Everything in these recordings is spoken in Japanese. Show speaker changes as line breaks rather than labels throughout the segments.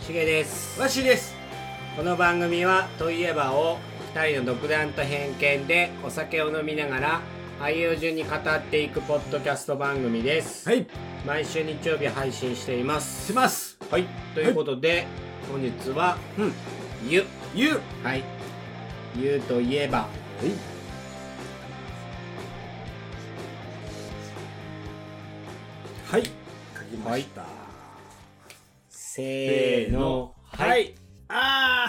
しげです
わしです
この番組は「といえば」を2人の独断と偏見でお酒を飲みながら俳優順に語っていくポッドキャスト番組です、
はい
毎週日曜日配信しています
します
はいということで、本日は
うん
「ゆ
ゆうは」
はい「ゆ」といえば
いはい書きました、
せーの
はい、あ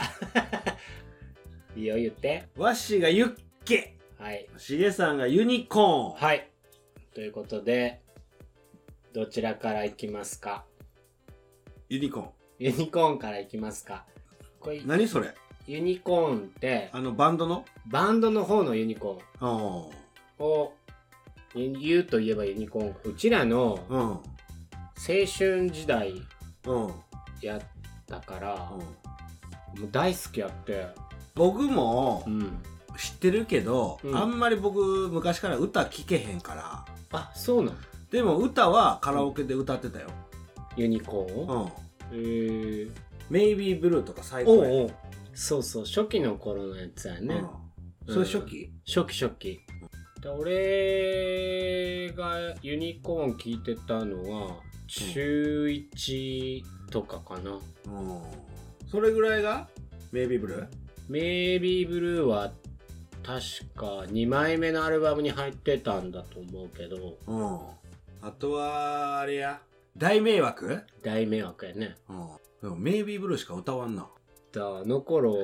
いいよ言って
ーわしがユッケ
はい
しげさんがユニコーン
はいということでどちらからいきますか
ユニコーン
ユニコーンからいきますかこれ
何それ
ユニコーンって
あのバンドの
バンドの方のユニコ
あー
ーンをゆ言うといえばユニコーンうちらの青
うん
春時代
うんうん
やったから、もう大好きやって
僕も
うん
知ってるけど、
うん
あんまり僕昔から歌聴けへんから
あそうなの
でも歌はカラオケで歌ってたよ
ユニコーン
う
を、
ん
えー、
「メイビーブルー」とか最
お
高や
うおうそうそう初期の頃のやつやね、
うんそれ初期
初期初期で俺がユニコーン聞いてたのは中1とかかな、
うんそれぐらいが「メイビーブルー
メイビーブルーは確か2枚目のアルバムに入ってたんだと思うけど」
うんあとはあれや「大迷惑」
大迷惑やね
うんでも「メイビーブルー」しか歌わんな
だからあの頃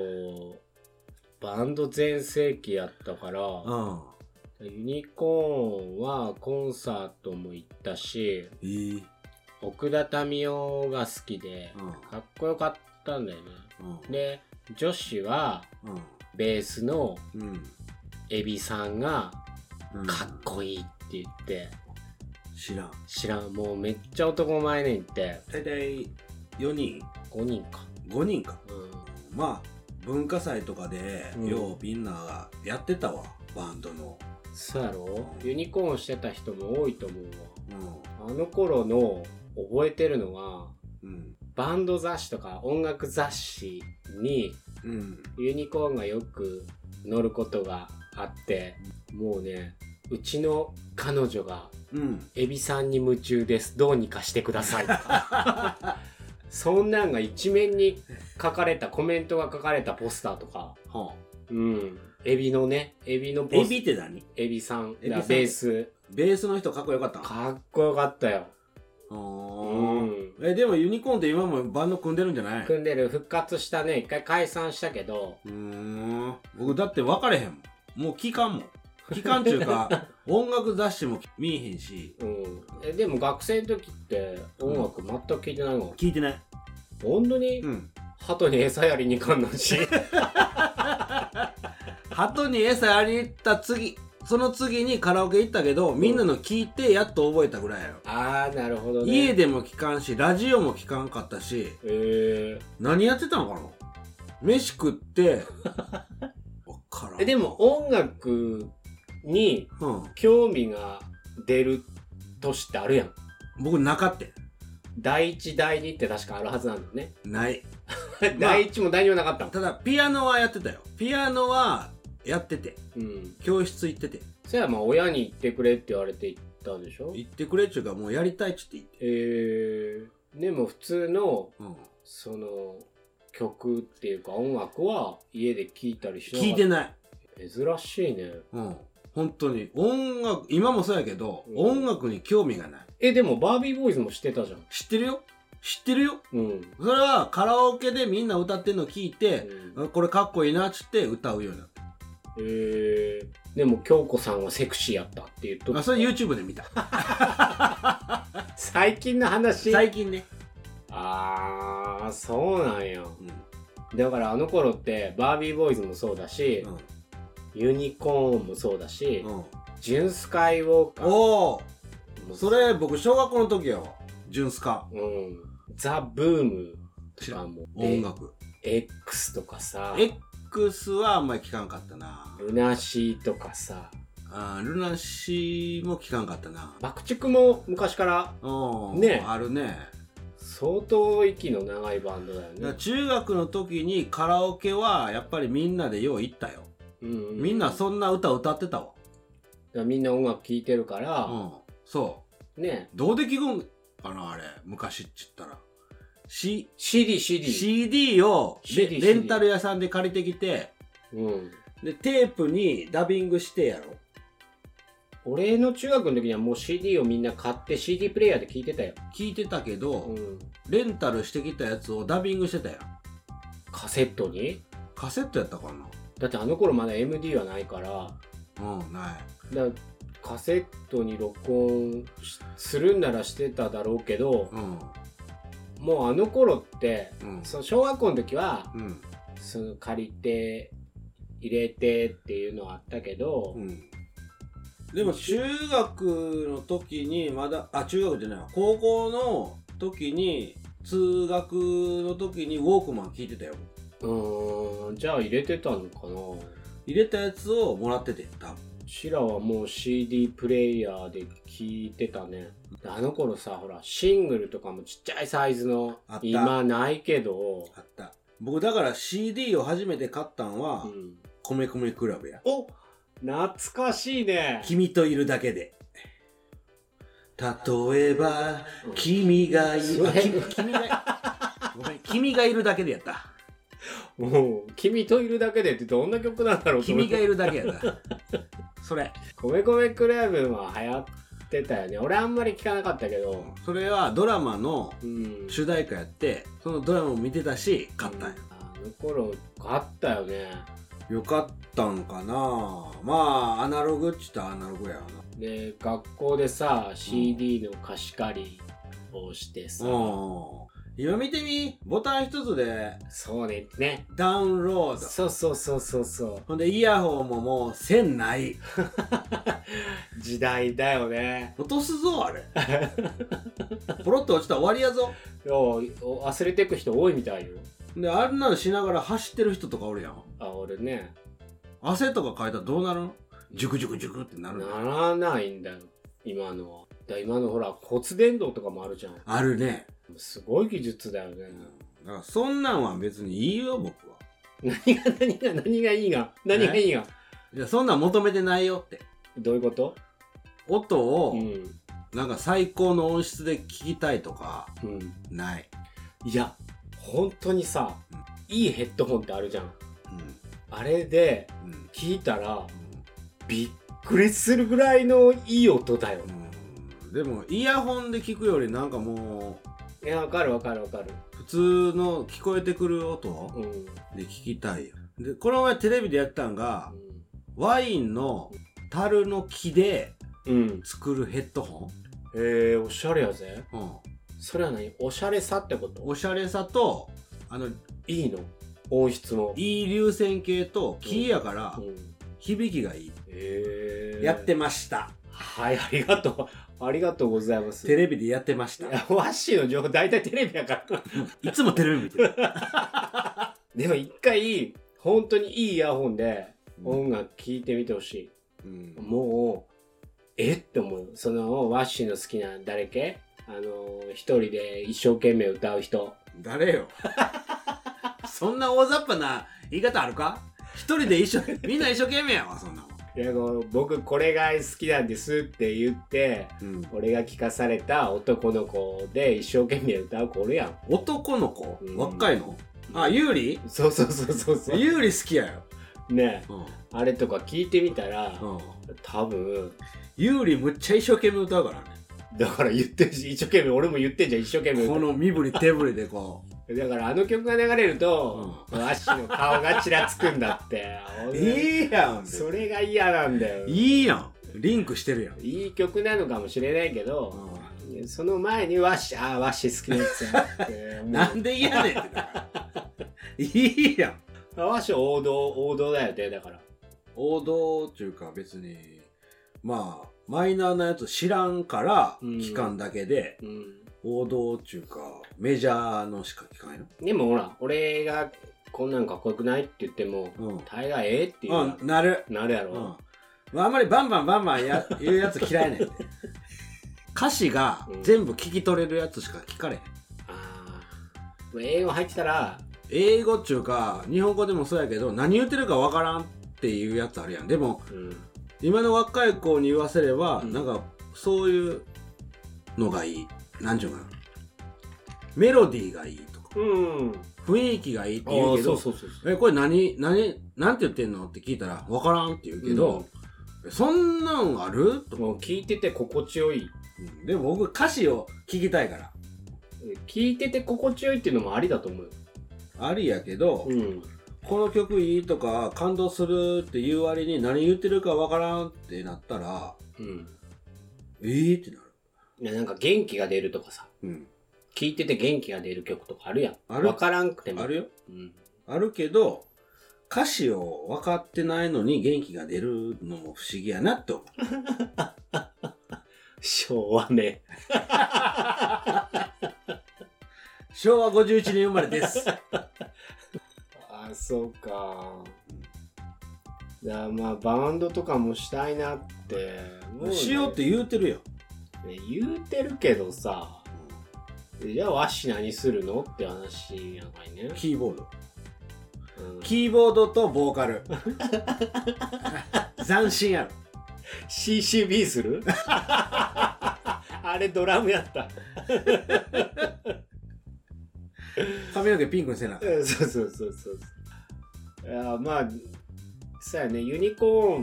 バンド全盛期やったから、
うん
ユニコーンはコンサートも行ったし
いい
奥田民生が好きで
うん
かっこよかったんだよね
うん
で女子は
うん
ベースの
うん
エビさんが
うん
かっこいいって言って
知らん
知らんもうめっちゃ男前ねんって
大体4人
5人か
5人か
う
まあ文化祭とかで、
うん
ようみんながやってたわバンドの、
んそうやろユニコーンしてた人も多いと思う
う
わあの頃の覚えてるのは
んうん
バンド雑誌とか音楽雑誌に
うん、
ユニコーンがよく乗ることがあってもうねうちの彼女が
うん、
「エビさんに夢中ですどうにかしてください」とかそんなんが一面に書かれたコメントが書かれたポスターとか
は
うんエビのねエビのポスター
エビって何
エビさん
エビ
が
さん
ベース
ベースの人かっこよかった
かっこよかったよ、
う
うんん、
えでもユニコーンって今もバンド組んでるんじゃない
組んでる復活したね一回解散したけど
うーん僕だって分かれへんもんもう期 間も期間中か音楽雑誌も見えへんし
うんえでも学生の時って音楽全く聴いてないの、
聞いてない
ん、本当に
うん
鳩に餌やりに行かんなん し
鳩に餌やりに行った次その次にカラオケ行ったけどみんなの聞いてやっと覚えたぐらいやろ
ああなるほどね
家でも聞かんしラジオも聞かんかったし
え
何やってたのかな飯食って わからん
ーえでも音楽に
うん
興味が出る年ってあるやん
僕なかって
第一第二って確かあるはずなんだ よね
ない
第一も第二もなかったもん、
ただピアノはやってたよピアノはやってて
うん
教室行ってて
そやまあ親に行ってくれって言われて行ったんでしょ
行ってくれっちゅうかもうやりたいっちゅって言って
えー、でも普通の
うん
その曲っていうか音楽は家で聴いたりしな
聞いて
い
ない
珍しいね
うん本当に音楽今もそうやけど、
うん
音楽に興味がない
えでもバービーボーイズもしてたじゃん
知ってるよ知ってるよ
うん、
それはカラオケでみんな歌ってんの聞いて、
うん
あこれかっこいいなっつって歌うようになった
えー、でも京子さんはセクシーやったって言っと
あそれ YouTube で見た
最近の話
最近ね、
ああそうなんや
うん
だからあの頃ってバービーボーイズもそうだし、
う
ユニコーンもそうだし、
んうん、
ジュンスカイウォーカーも
おおそれ僕小学校の時やわジュンスカ
うんザ・ブームとかも
音楽
え X とかさ
X はあんまり聞かんかったな
ルナシーとかさ
あールナシーも聞かんかったな
爆竹も昔から
うん
ね
あるね
相当息の長いバンドだよ
だから
ね。
中学の時にカラオケはやっぱりみんなでよう行ったよ、
うんう
みんな
だか
そんな歌歌ってたわ
らみんな音楽聴いてるから、
うんそ
ね
うどうで聞くんかなあれ昔っちったら、C、
CD、CD。
CD をレ
CD
レンタル屋さんで借りてきて
うん。
でテープにダビングしてやろ
俺の中学の時にはもう CD をみんな買って CD プレイヤーで聴いてたよ。
聞いてたけど、
うん。
レンタルしてきたやつをダビングしてたやん
カセットに
カセットやったか
だってあの頃まだ MD はないから、
なうんない
だからカセットに録音しするんならしてただろうけど、
うん
もうあの頃って、
うん
その小学校の時は、
うん
その借りて、入れてっていうのはあったけど、
うんでも中学の時にまだあ中学じゃないわ高校の時に通学の時にウォークマン聞いてたよ
うーん、じゃあ入れてたのかな
入れたやつをもらってて多分
シラはもう CD プレイヤーで聴いてたね。あの頃さ、ほら、シングルとかもちっちゃいサイズの
あっ、た
今ないけど、
あった僕だから CD を初めて買ったんは
うん
米米クラブや
お懐かしいね。
君といるだけで例えば君がいるあき君がごめん君がいるだけでやった
もう、君といるだけでってどんな曲なんだろうと思っ
君が
て。
いるだけやなそれ
米米クラブは流行ってたよね。俺あんまり聞かなかったけど。
それはドラマの
うん。
主題歌やってそのドラマも見てたし買ったんや、
あの頃、あったよね。
よかったんかなまあアナログっちったらアナログやわな
で、学校でさ、CD の貸し借りをしてさ、
うん今見てみボタン一つで
そうね、ね。
ダウンロード
そうそうそうそうそ
ほんでイヤホンももう線ないう
時代だよね
落とすぞ あれポロッと落ちたら終わりやぞ
いやお忘れてく人多いみたいよ
であんなのしながら走ってる人とかおるやん
あ俺ね
汗とかかいたらどうなるのジュクジュクジュクってなるの
ならないんだよ今のはだ今のほら骨伝導とかもあるじゃん
あるね、
すごい技術だよね
だからそんなんは別にいいよ僕は
何が何が何がいいが何がいいが
いやそんなん求めてないよって
どういうこと
音
う
を
ん
なんか最高の音質で聞きたいとか
うん
ない、
いや本当にさ
うん
いいヘッドホンってあるじゃん
う
あれで
んうん
聞いたらびっくりするぐらいのいい音だよ
うんでもイヤホンで聞くよりなんかも
いやわかるわかるわかる
う普通の聞こえてくる音
うん、うん
で聞きたいよでこの前テレビでやったんがワインの樽の木で
うん。
作るヘッドホ
えー、おしゃれやぜ。
ン、うん、
それは何おしゃれさってこと
おしゃれさとあの
いいの音質も。
いい流線形とキーやから
うん、
響きがいい、
えー。
やって。ました
はい、ありがとう。ありがとうございます。
テレビでやってまし
い
た
やワッシーの情報大体テレビやから。
いつもテレビ見てる
でも一回、本当にいいイヤホンで
うん
音楽聴いてみてほし
うん
い。もう、えって思う。その、ワッシーの好きな誰系あの、一人で一生懸命歌う人。
誰よ そんな大雑把な言い方あるか一人で一緒みんな一生懸命やわそんなもん、
いやこう僕これが好きなんですって言って、
うん、
俺が聞かされた男の子で一生懸命歌う子おるやん。
男の子、
うん
若いのあユーリ
そうそうそうそうそ
ユーリ好きやよ、
う。ねえ
うん
あれとか聞いてみたら、多分、
ユーリむっちゃ一生懸命歌うからね
だから言ってるし、一生懸命、俺も言ってんじゃん、一生懸命歌
この身振り手振りでこう
う。だからあの曲が流れると、ワッシーの顔がちらつくんだって。 俺
いいやん
それが嫌なんだよ。
いいやんリンクしてるやん
いい曲なのかもしれないけど、その前にワッシー、ああ、ワッシー好きなやつやって思う。
なんで嫌ねんってだからいいやん
ワッシー王道、王道だよね、だから。
王道っていうか別にまあマイナーなやつ知らんから
うん
聞かんだけで、
うん。
王道っていうかメジャーのしか聞かないの
でもほら、俺がこんなんかっこよくないって言っても、
うん
大概ええっていう
うんなる、
なるや
うん
ろ。
まあ、あんまりバンバンバンバンや言うやつ嫌いねんて歌詞が全部聞き取れるやつしか聞かれへん、
あ英語入ってたら
英語っちゅうか日本語でもそうやけど何言ってるかわからんっていうやつあるやんでも
うん
今の若い子に言わせれば、
うん
なんかそういうのがいいなんちゅうかなメロディーがいいとか
うん
雰囲気がいいって
あ
言うけ
ーそ
ど
うそうそうそう
えこれ何何なんて言ってんのって聞いたらわからんって言うけど、そんなんあると
もう聞いてて心地よい
うんでも僕歌詞を聞きたいから
聞いてて心地よいっていうのもありだと思うよ
ありやけど、
うん
この曲いいとか感動するっていう割に何言ってるかわからんってなったら
うん
えーってなる
いやなんか元気が出るとかさ
うん
聞いてて元気が出る曲とかあるやん
ある
分からんくても
あるよ
うん
あるけど歌詞を分かってないのに元気が出るのも不思議やなって思う
昭和ね
昭和51年生まれ です
あそうかだからまあバンドとかもしたいなってもうね
しようって言うてるよ、
言うてるけどさじゃあわし何するのって話やないね、
キーボード
うん
キーボードとボーカル 斬新やろ
CCB する あれドラムやった
髪の毛ピンクにせなあかん
うんそうそうそうそうそういやまあそうやねユニコー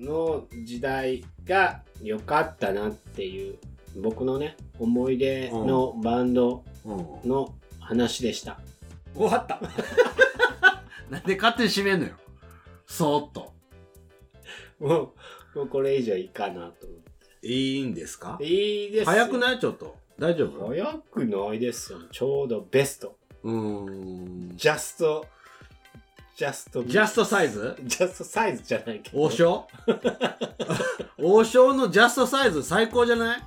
ンの時代が良かったなっていう僕のね思い出のバンド
うん
の話でした、
終わった なんで勝手に閉めんのよそーっと
もうもうこれ以上いいかなと思
いいんですか
っていいですよ
早くないちょっと大丈夫
早くないですよちょうどベスト
うーん
ジャストジャスト
ジャストサイ ズ
ジャストサイズじゃないけど
王将 王将のジャストサイズ最高じゃない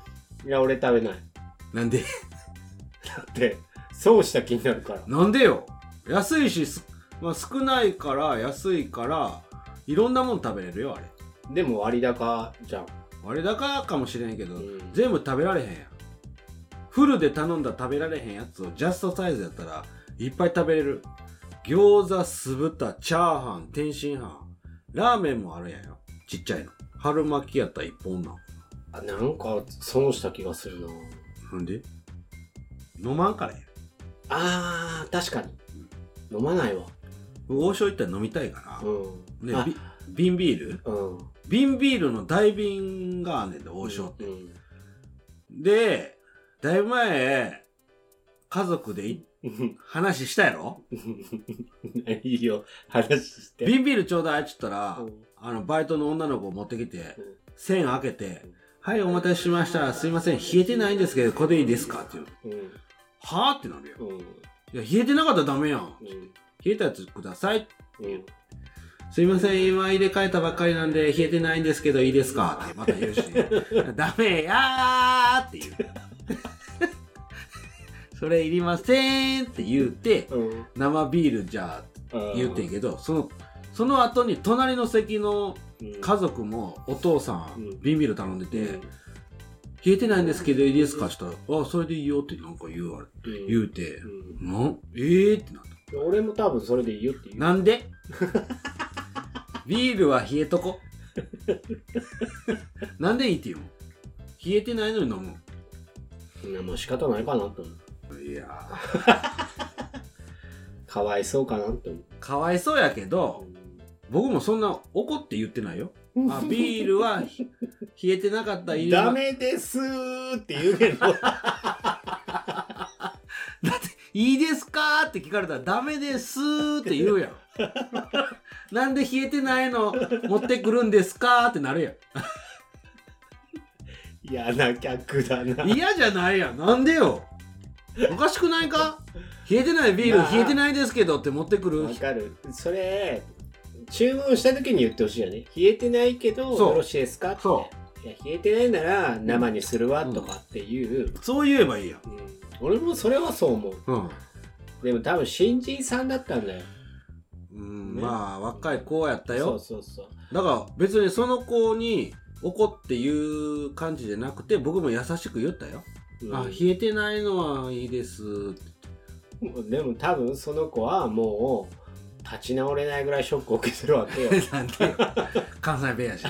いや俺食べない
なんで
だってそうした気になるから
なんでよ安いしす、まあ、少ないから安いからいろんなもん食べれるよあれ
でも割高じゃん。
割高かもしれんけど、
うん
全部食べられへんやんフルで頼んだら食べられへんやつをジャストサイズやったらいっぱい食べれる餃子酢豚チャーハン天津飯ラーメンもあるやんよちっちゃいの春巻きやったら一本な
あなんか損した気がするな。
なんで飲まんからやん
あー、確かに。飲まないわ。
王将行ったら飲みたいか
うん。
ら、
あ
ね、び瓶ビール
うん。
瓶ビールの大瓶があんねんで王将って、
うん。
でだいぶ前家族でい
うん
話したやろ
いいよ、話して。
瓶ビールちょうだいっつったら、
うん
あのバイトの女の子を持ってきて
うん
線開けて
うん
「はいお待たせしましたすいません冷えてないんですけどこれでいいですか?」って言う
うん。
はあ?」ってなるよ
う
「
ん。
いや冷えてなかったらダメやん
うん。
冷えたやつください
うん。」
すいません、今入れ替えたばっかりなんで、冷えてないんですけど、いいですかってまた 言うし、ダメやーって言う。 それいりませんって言うて、
うん。
生ビールじゃ
あー
言うてんけど、その、その後に隣の席の
うん
家族もお父さん、
うん
瓶ビール頼んでて、
うん
冷えてないんですけどいいですかしたら、あ、それでいいよってなんか言うわれ、
うん
言うて
う、ん
なんえーってなった。
俺も多分それでいいよって言う。
なんでビールは冷えとこ。なんでいいって言うの冷えてないのに飲
いやもう仕方ないかなと思う。
む。いや
かわいそうかなと思う。
ー、かわいそうやけど、僕もそんな怒って言ってないよ。
うん
あ、ビールはひ冷えてなかったらいいな
ダメですーって言うけど。
いいですかって聞かれたらダメですって言うやん。なんで冷えてないの持ってくるんですかってなるやん。
嫌な客だな。
嫌じゃないやんなんでよおかしくないか冷えてないビール、
まあ
冷えてないですけどって持ってくる
わかる。それ、注文した時に言ってほしいよね。冷えてないけど、
そう
よろしいですかって。
そ
いや冷えてないなら生にするわ
うん
とかっていう、
そう言えばいいやん
うん俺もそれはそう思う。
うん、
でも多分新人さんだったんだよ。
うん
ね
まあ若い子やった
そう
よ
そうそう。
だから別にその子に怒っていう感じじゃなくて僕も優しく言ったよ、
うん
あ冷えてないのはいいです
もうでも多分その子はもう立ち直れないぐらいショックを受けてるわけ よ
なんでよ関西弁やし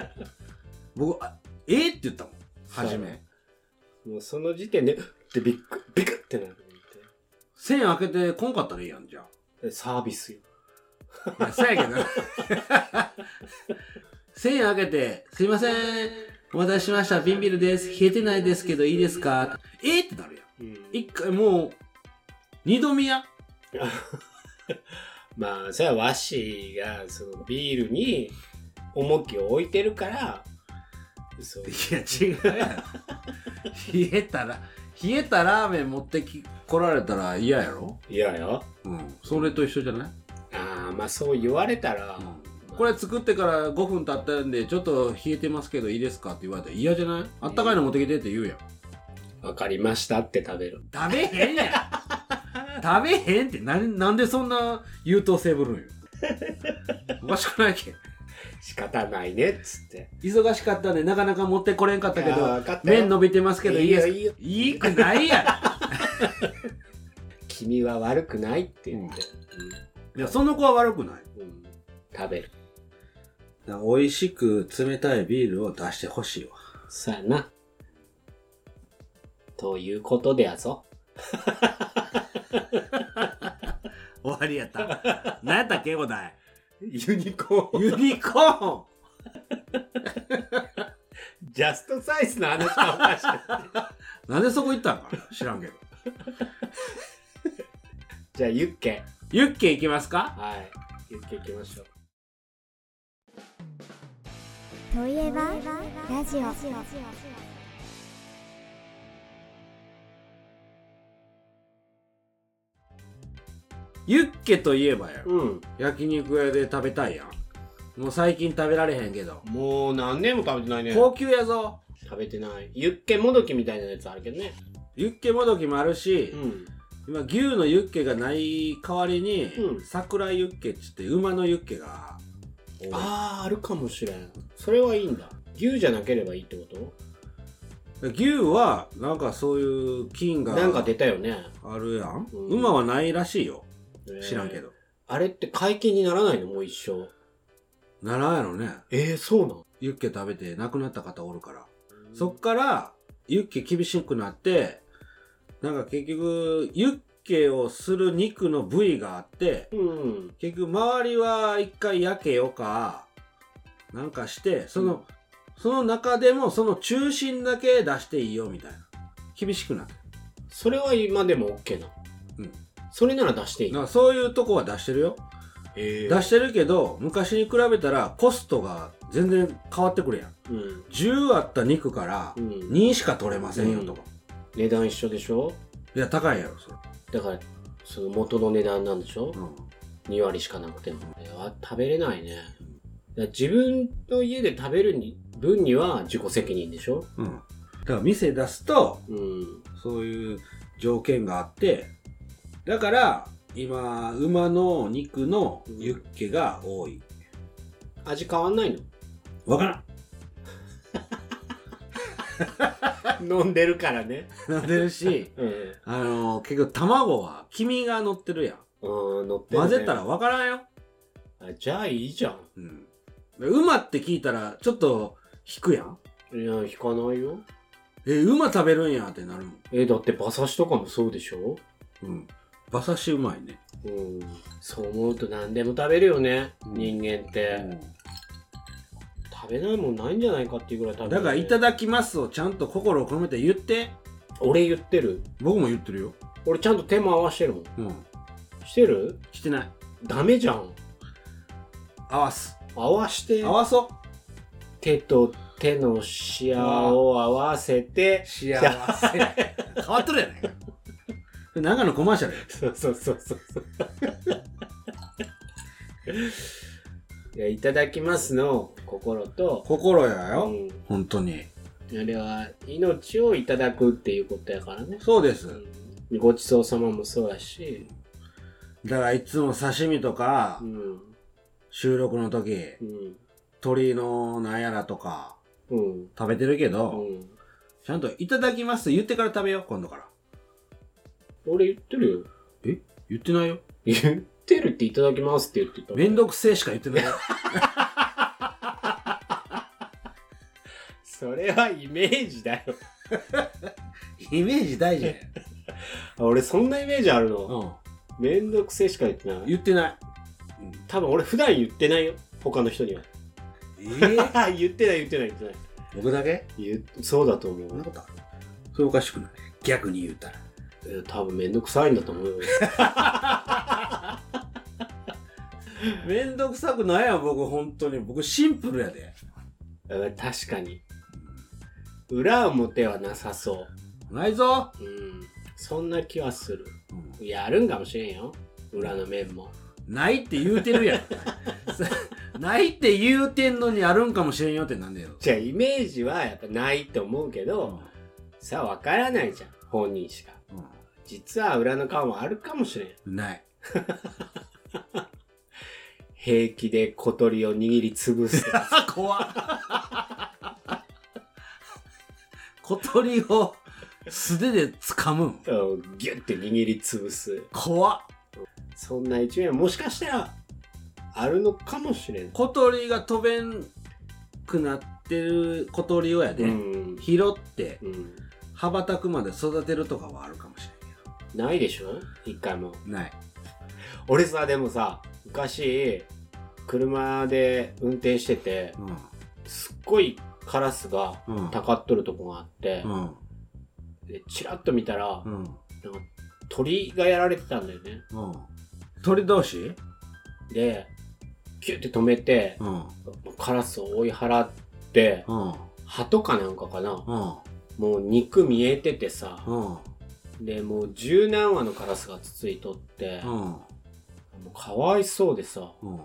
僕あえー、って言ったもん初め
もうその時点ででビックビクってなる
線開けてこんかったらいいやんじゃ
でサービスよ
あいやそうやけど 線開けて「すいませんお待たせしました瓶ビビールです冷えてないですけどいいですか?」えー、ってなるやん
うん、
一回もう二度見や
まあそれは和紙がそのビールに重きを置いてるからそう
いや違うやん 冷えたら冷えたラーメン持ってき来られたら嫌やろ
いやよ
うんそれと一緒じゃない、
ああまあそう言われたら、
うん、これ作ってから5分経ったんでちょっと冷えてますけどいいですかって言われたら嫌じゃないあったかいの持ってきてって言うやん
わかりましたって食べる
食べへん やん食べへんってなんなんでそんな優等生ぶるんよおかしくないっけ
仕方ないねっつって
忙しかったんでなかなか持ってこれんかったけ
あー
ど
わかったよ
麺伸びてますけどいいですか
いいよ
いいくないやん
君は悪くないって言って、
いやその子は悪くない
うんうん食べる
だから美味しく冷たいビールを出してほしいわ。
さあなということでやぞ
終わりやった。何やったっけ答え。
ユニコ
ユニコーン
ジャストサイズの話 がおかしい
なんでそこ行ったんかな知らんけど。
じゃあユッケ
ユッケ行きますか
はいユッケいきましょう
といえばラジオ
ユッケといえばや、
うん
焼肉屋で食べたいやん。もう最近食べられへんけど。
もう何年も食べてないね
高級やぞ。
食べてないユッケもどきみたいなやつあるけどね
ユッケもどきもあるし、
うん
今牛のユッケがない代わりに、
うん
桜ユッケっつって馬のユッケが多い
あああるかもしれんそれはいいんだ牛じゃなければいいってこ
牛はなんかそういう菌
と
が
なんか出たよね
あるやん、
うん
馬はないらしいよ
ね
知らんけど、
あれって解禁にならないのもう一生
ならんやろね
ええそうなん
ユッケ食べて亡くなった方おるから、そっからユッケ厳しくなってなんか結局ユッケをする肉の部位があって
うん
結局周りは一回焼けよかなんかしてその、
うん
その中でもその中心だけ出していいよみたいな厳しくなって
それは今でも OK な
うん
それなら出していい
なんかそういうとこは出してるよ
え
出してるけど昔に比べたらコストが全然変わってくるやん
うん、
10あった肉から
うん
2しか取れませんよとか、
値段一緒でしょ
いや高いやろそれ、
だからその元の値段なんでしょ
うん
2割しかなくてもこれは食べれないねだから自分の家で食べるに分には自己責任でしょ
うん、だから店出すと
うん
そういう条件があってだから今馬の肉のユッケが多い
味変わんない
わか
の 飲んでるからね
らんなってるし
うん
あの結局卵は黄身が乗ってるやん
うん乗ってるね
混ぜたらわからんよ、
あじゃあいいじゃん
うん、で馬って聞いたらちょっと引くやん
いや引かないよ
え馬食べるんやってなるもん
えだって馬刺しとかもそうでしょ
うん馬刺しうまいね、
うんそう思うと何でも食べるよね、
うん
人間って、食べないもんないんじゃないかっていうぐらい食べる、
だから「いた
だ
だきます」をちゃんと心を込めて言って
俺言ってる
僕も言ってるよ
俺ちゃんと手も合わしてるもん
うん
してる
してない
ダメじゃん
合わす
合わして
合わそ
手と手のシワを合わせ
う
て
幸せ変わっとるやないか長野コマーシャルや
そうそうそうそうそういやいただきますの心と、
心やよ、
うん、
本当に
あれは命をいただくっていうことやからね、
そうで
う
す
ん、ごちそうさまもそうやし、
だからいつも刺身とか、
うん
収録の時
うん
鳥のなんやらとか
うん
食べてるけど、
うん
ちゃんと「いただきます」言ってから食べよう今度から
俺言ってるよ。
言ってないよ。
言ってるっていただきますって言ってた。
めんどくせえしか言ってないよ。
それはイメージだよ。
イメージ大事だよ。
あ俺そんなイメージあるの。
う。
めんどくせえしか言ってなんい。
言ってない。うん
多分俺普段言ってないよ。他の人には。
えー
言ってない言ってない言ってない。
僕だけ
言うそうだと思
そんな
う
ことあるそれおかしくない逆に言うたら。
えー。多分めんどくさいんだと思う よ。
めんどくさくないやん、僕、本当に。僕、シンプルやで。
うん確かに。裏表はなさそ
ないぞ、
う。うん。そんな気はする。
うん
やるんかもしれんよ。裏の面も。
ないって言うてるやん。 ないって言うてんのにあるんかもしれんよってなんだよ。
じゃあイメージはやっぱないって思うけ
う
ど、
ん
さあわからないじゃん。本人しか。実は裏の顔もあるかもしれん。
うんない。
平気で小鳥を握りつぶ す。
あ、 怖っ。小鳥を素手で掴むん。
うんギュッて握りつぶす。
怖っ。
そんな一面もしかしたらあるのかもしれん。
小鳥が飛べんくなってる小鳥をやで、
うん。
拾って
うん。
羽ばたくまで育てるとかはあるかもしれんけ
ないでしょ一回も。
ど。ない。
俺さ、でもさ、昔、車で運転してて、
う
すっごいカラスが
ん。うん。
たかっとるとこがあって
う、ん。
でチラッと見たら、
うん。
なんか鳥がやられてたんだよね。
うん。鳥同士
で、キュッて止めて、
うん。
カラスを追い払って、
うん。
鳩かなんかかな
うん。
もう肉見えててさ、
うん。
で、もう十何羽のカラスがつついとって、
う
も
ん。
うかわいそうでさ、
うん。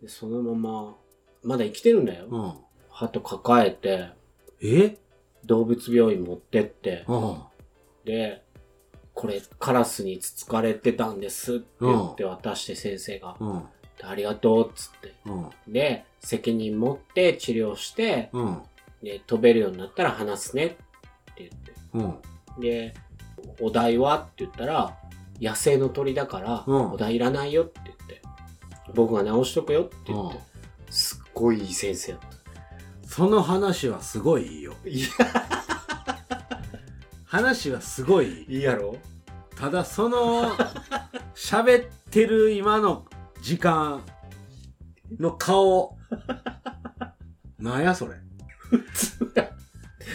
でそのまま、まだ生きてるんだよ。
うん。
鳩抱えて、
え
動物病院持ってって、
うん。
で、これカラスにつつかれてたんですって言って渡して先生が、
うん。
でありがとうっつって。
うん。
で、責任持って治療して、
うん。
で、飛べるようになったら話すねって言って。
うん。
で、お題はって言ったら、野生の鳥だから、
うん
お題いらないよって言って、僕が直しとくよって言って、
うん
すっごいいい先生だった。
その話はすごいいいよ。
いや、
話はすごいいい。
いいやろ
ただその、喋ってる今の時間の顔。なんやそれ。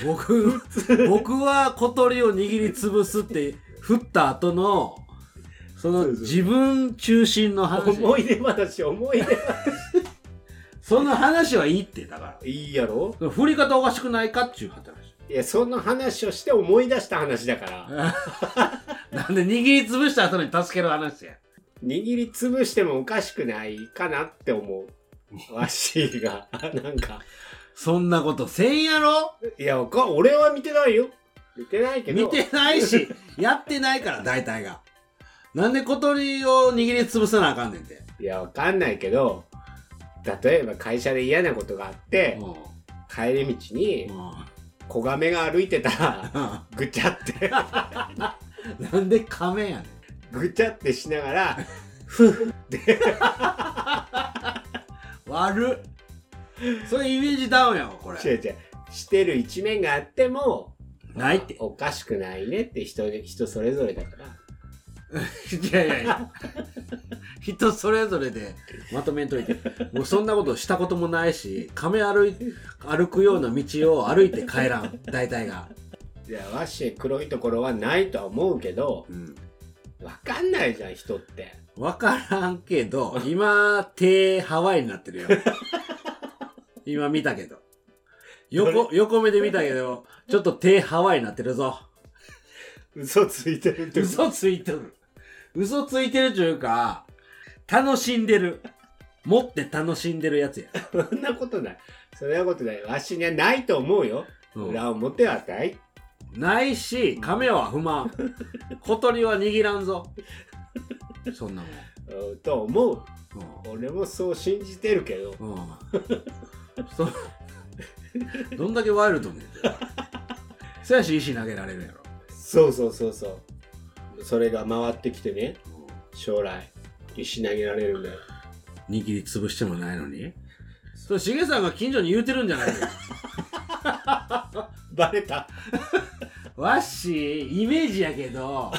僕、僕は小鳥を握りつぶすって振った後の、その
そうそう
自分中心の話。
思い出話、思い出話。
その話はいいって、だから
いいやろ。
その振り方おかしくないかっていう話。
いや、その話をして思い出した話だから、
なんで握りつぶした後に助ける話や。
握りつぶしてもおかしくないかなって思う。わしが、 なんか、
そんなことせんやろ
いや、か俺は見てないよ。見てないけど。
見てない し、やってないから、大体が。なんで小鳥を握りつぶさなあかんねんて。
いや、わかんないけど、例えば会社で嫌なことがあって、
うん。
帰り道
う
に子ガメが歩いてたら、
ん。
ぐちゃって、
なんで仮面やねん。
ぐちゃってしながら、
悪っそれイメージダウンやわ、こ
違
れ。
う違う、してる一面があっても、
ないって。
おかしくないねって人で人それぞれだから。
いやいやいや。人それぞれでまとめんといて。もうそんなことしたこともないし、亀歩い、歩くような道を歩いて帰らん。大体が。
じゃあ、わっしー黒いところはないとは思うけど、
うん。
わかんないじゃん、人って。
わからんけど、今、手、ハワイになってるよ。今見たけど。横、横目で見たけど、ちょっと手、ハワイになってるぞ。
嘘ついてるって
嘘ついてる。嘘ついてるというか、楽しんでる。持って楽しんでるやつや。
そんなことない。そんなことない。わしにはないと思うよ。
うん
裏表はない。
ないし、亀は不満。小鳥は握らんぞ。そんな
うんと思う。
もん。
俺もそう信じてるけど
うん。うん。そ、どんだけワイルドねん。そやし、石投げられるやろ。
そうそうそうそうそれが回ってきてね将来石投げられるんだよ
握り潰してもないのにそれしげさんが近所に言うてるんじゃないの
バレた
わっしイメージやけど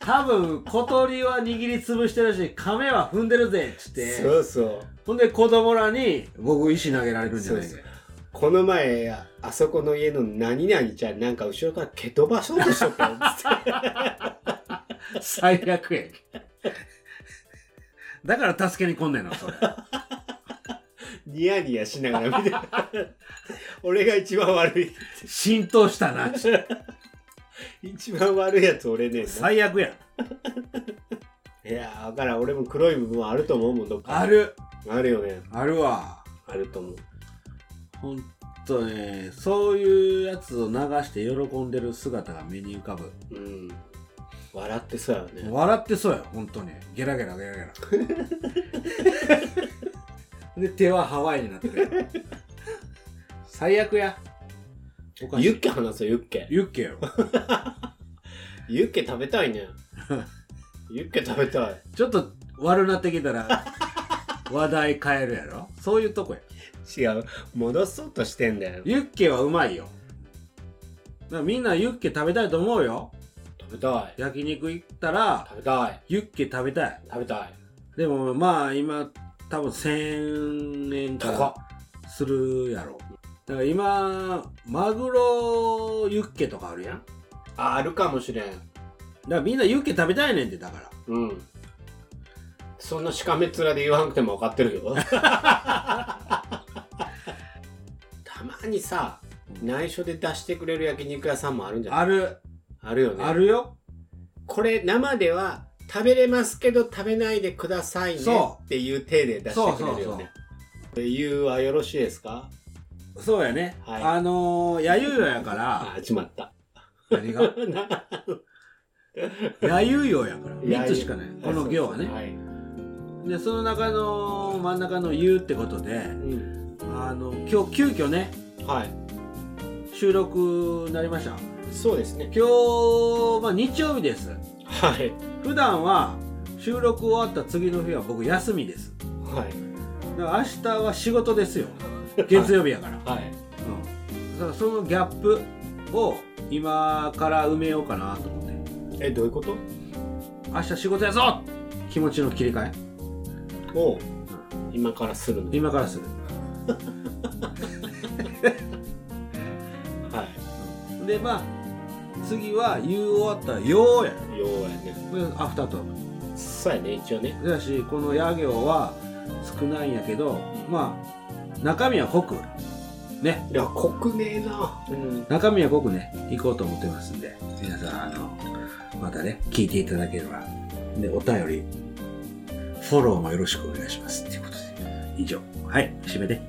多分小鳥は握り潰してるし亀は踏んでるぜっつって
そうそう
ほんで子供らに僕石投げられるんじゃない
そう
か
そこの前あそこの家の何々ちゃんなんか後ろから蹴飛ばそうとしとったよつって
最悪やけだから助けに来んねんなそれ
ニヤニヤしながら見て俺が一番悪い
浸透したなち
一番悪いやつ俺ねんな
最悪や
いやー分からん俺も黒い部分はあると思うもんどっか
ある
あるよね
あるわ
あると思う
ほんとねそういうやつを流して喜んでる姿が目に浮かぶ
うん笑ってそうやよね
笑ってそうやほんとにゲラゲラゲラ ゲラで手はハワイになってるやん最悪やおかしい
ユッケ話そうユッケ
ユッケやろ
ユッケ食べたい ねユッケ食べたい
ちょっと悪なってきたら話題変えるやろそういうとこや
違う戻そうとしてんだよ
ユッケはうまいよだからみんなユッケ食べたいと思うよ
食べたい
焼肉行ったら
食べたい
ユッケ食べたい
食べたい
でもまあ今多分1000円と
高っ
かするやろだから今マグロユッケとかあるやんだか
ああるかもしれん
らみんなユッケ食べたいねんってだから
うんそんなしかめっ面で言わなくても分かってる よたまにさ内緒で出してくれる焼肉屋さんもあるんじゃない
ある
あるよね
あるよ
これ生では食べれますけど食べないでくださいね
そ
っていう手で出してくれ
そうそ
るよ
うそう
ね理由はよろしいですか
そうやね、
はい
あのー、やゆうよやか
あ
ら
あち まった
何が やゆうよやから3つしかないこの行はね
はい、
でその中の真ん中の「言う」ってことで
うん
あの今日急遽ね
はい、
収録になりました
そうですね
今日、まあ、日曜日です
はい
普段は収録終わった次の日は僕休みです
はい
だから明日は仕事ですよ月曜日やから、
はい
うん、だからそのギャップを今から埋めようかなと思って
えどういうこと
明日仕事やぞ気持ちの切り替え
を今からするの
今からする
は
でまあ次は言う終わったら「よう」や
いようやね
これアフタートーク
そうやね一応ね
だしこの野行は少ないんやけどまあ中身は濃くね
いや濃くねえなうん
中身は濃くね行こうと思ってますんで皆さんあのまたね聞いていただければでお便りフォローもよろしくお願いしますっていうことで以上はい締めて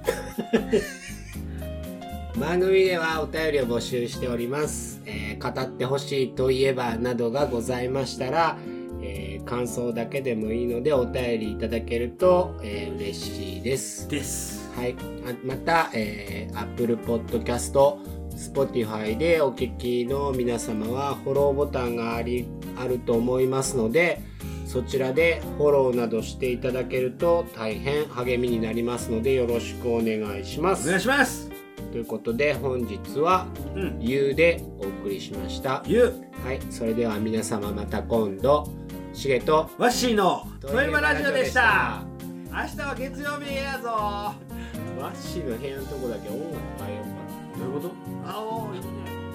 番組ではお便りを募集しております、えー語ってほしいといえばなどがございましたら、えー感想だけでもいいのでお便りいただけると、えー嬉しいです
です
はい、あまた、えー、Apple Podcast、Spotify でお聞きの皆様はフォローボタンがありあると思いますのでそちらでフォローなどしていただけると大変励みになりますのでよろしくお願いしま
お願い
す。
します
ということで本日は
うん
「ゆう」でお送りしました。
ゆう
はい、それでは皆様また今度しげと
わっしーの「
ト
ト
イ
イ
マ
マ
ラ
ラ
ジ
ジオ」
オで
で
し
したた明日は月曜日やぞ
ワッシーの部屋のとこだけ音楽変えようか
ど
な。
ういうことあおーいいね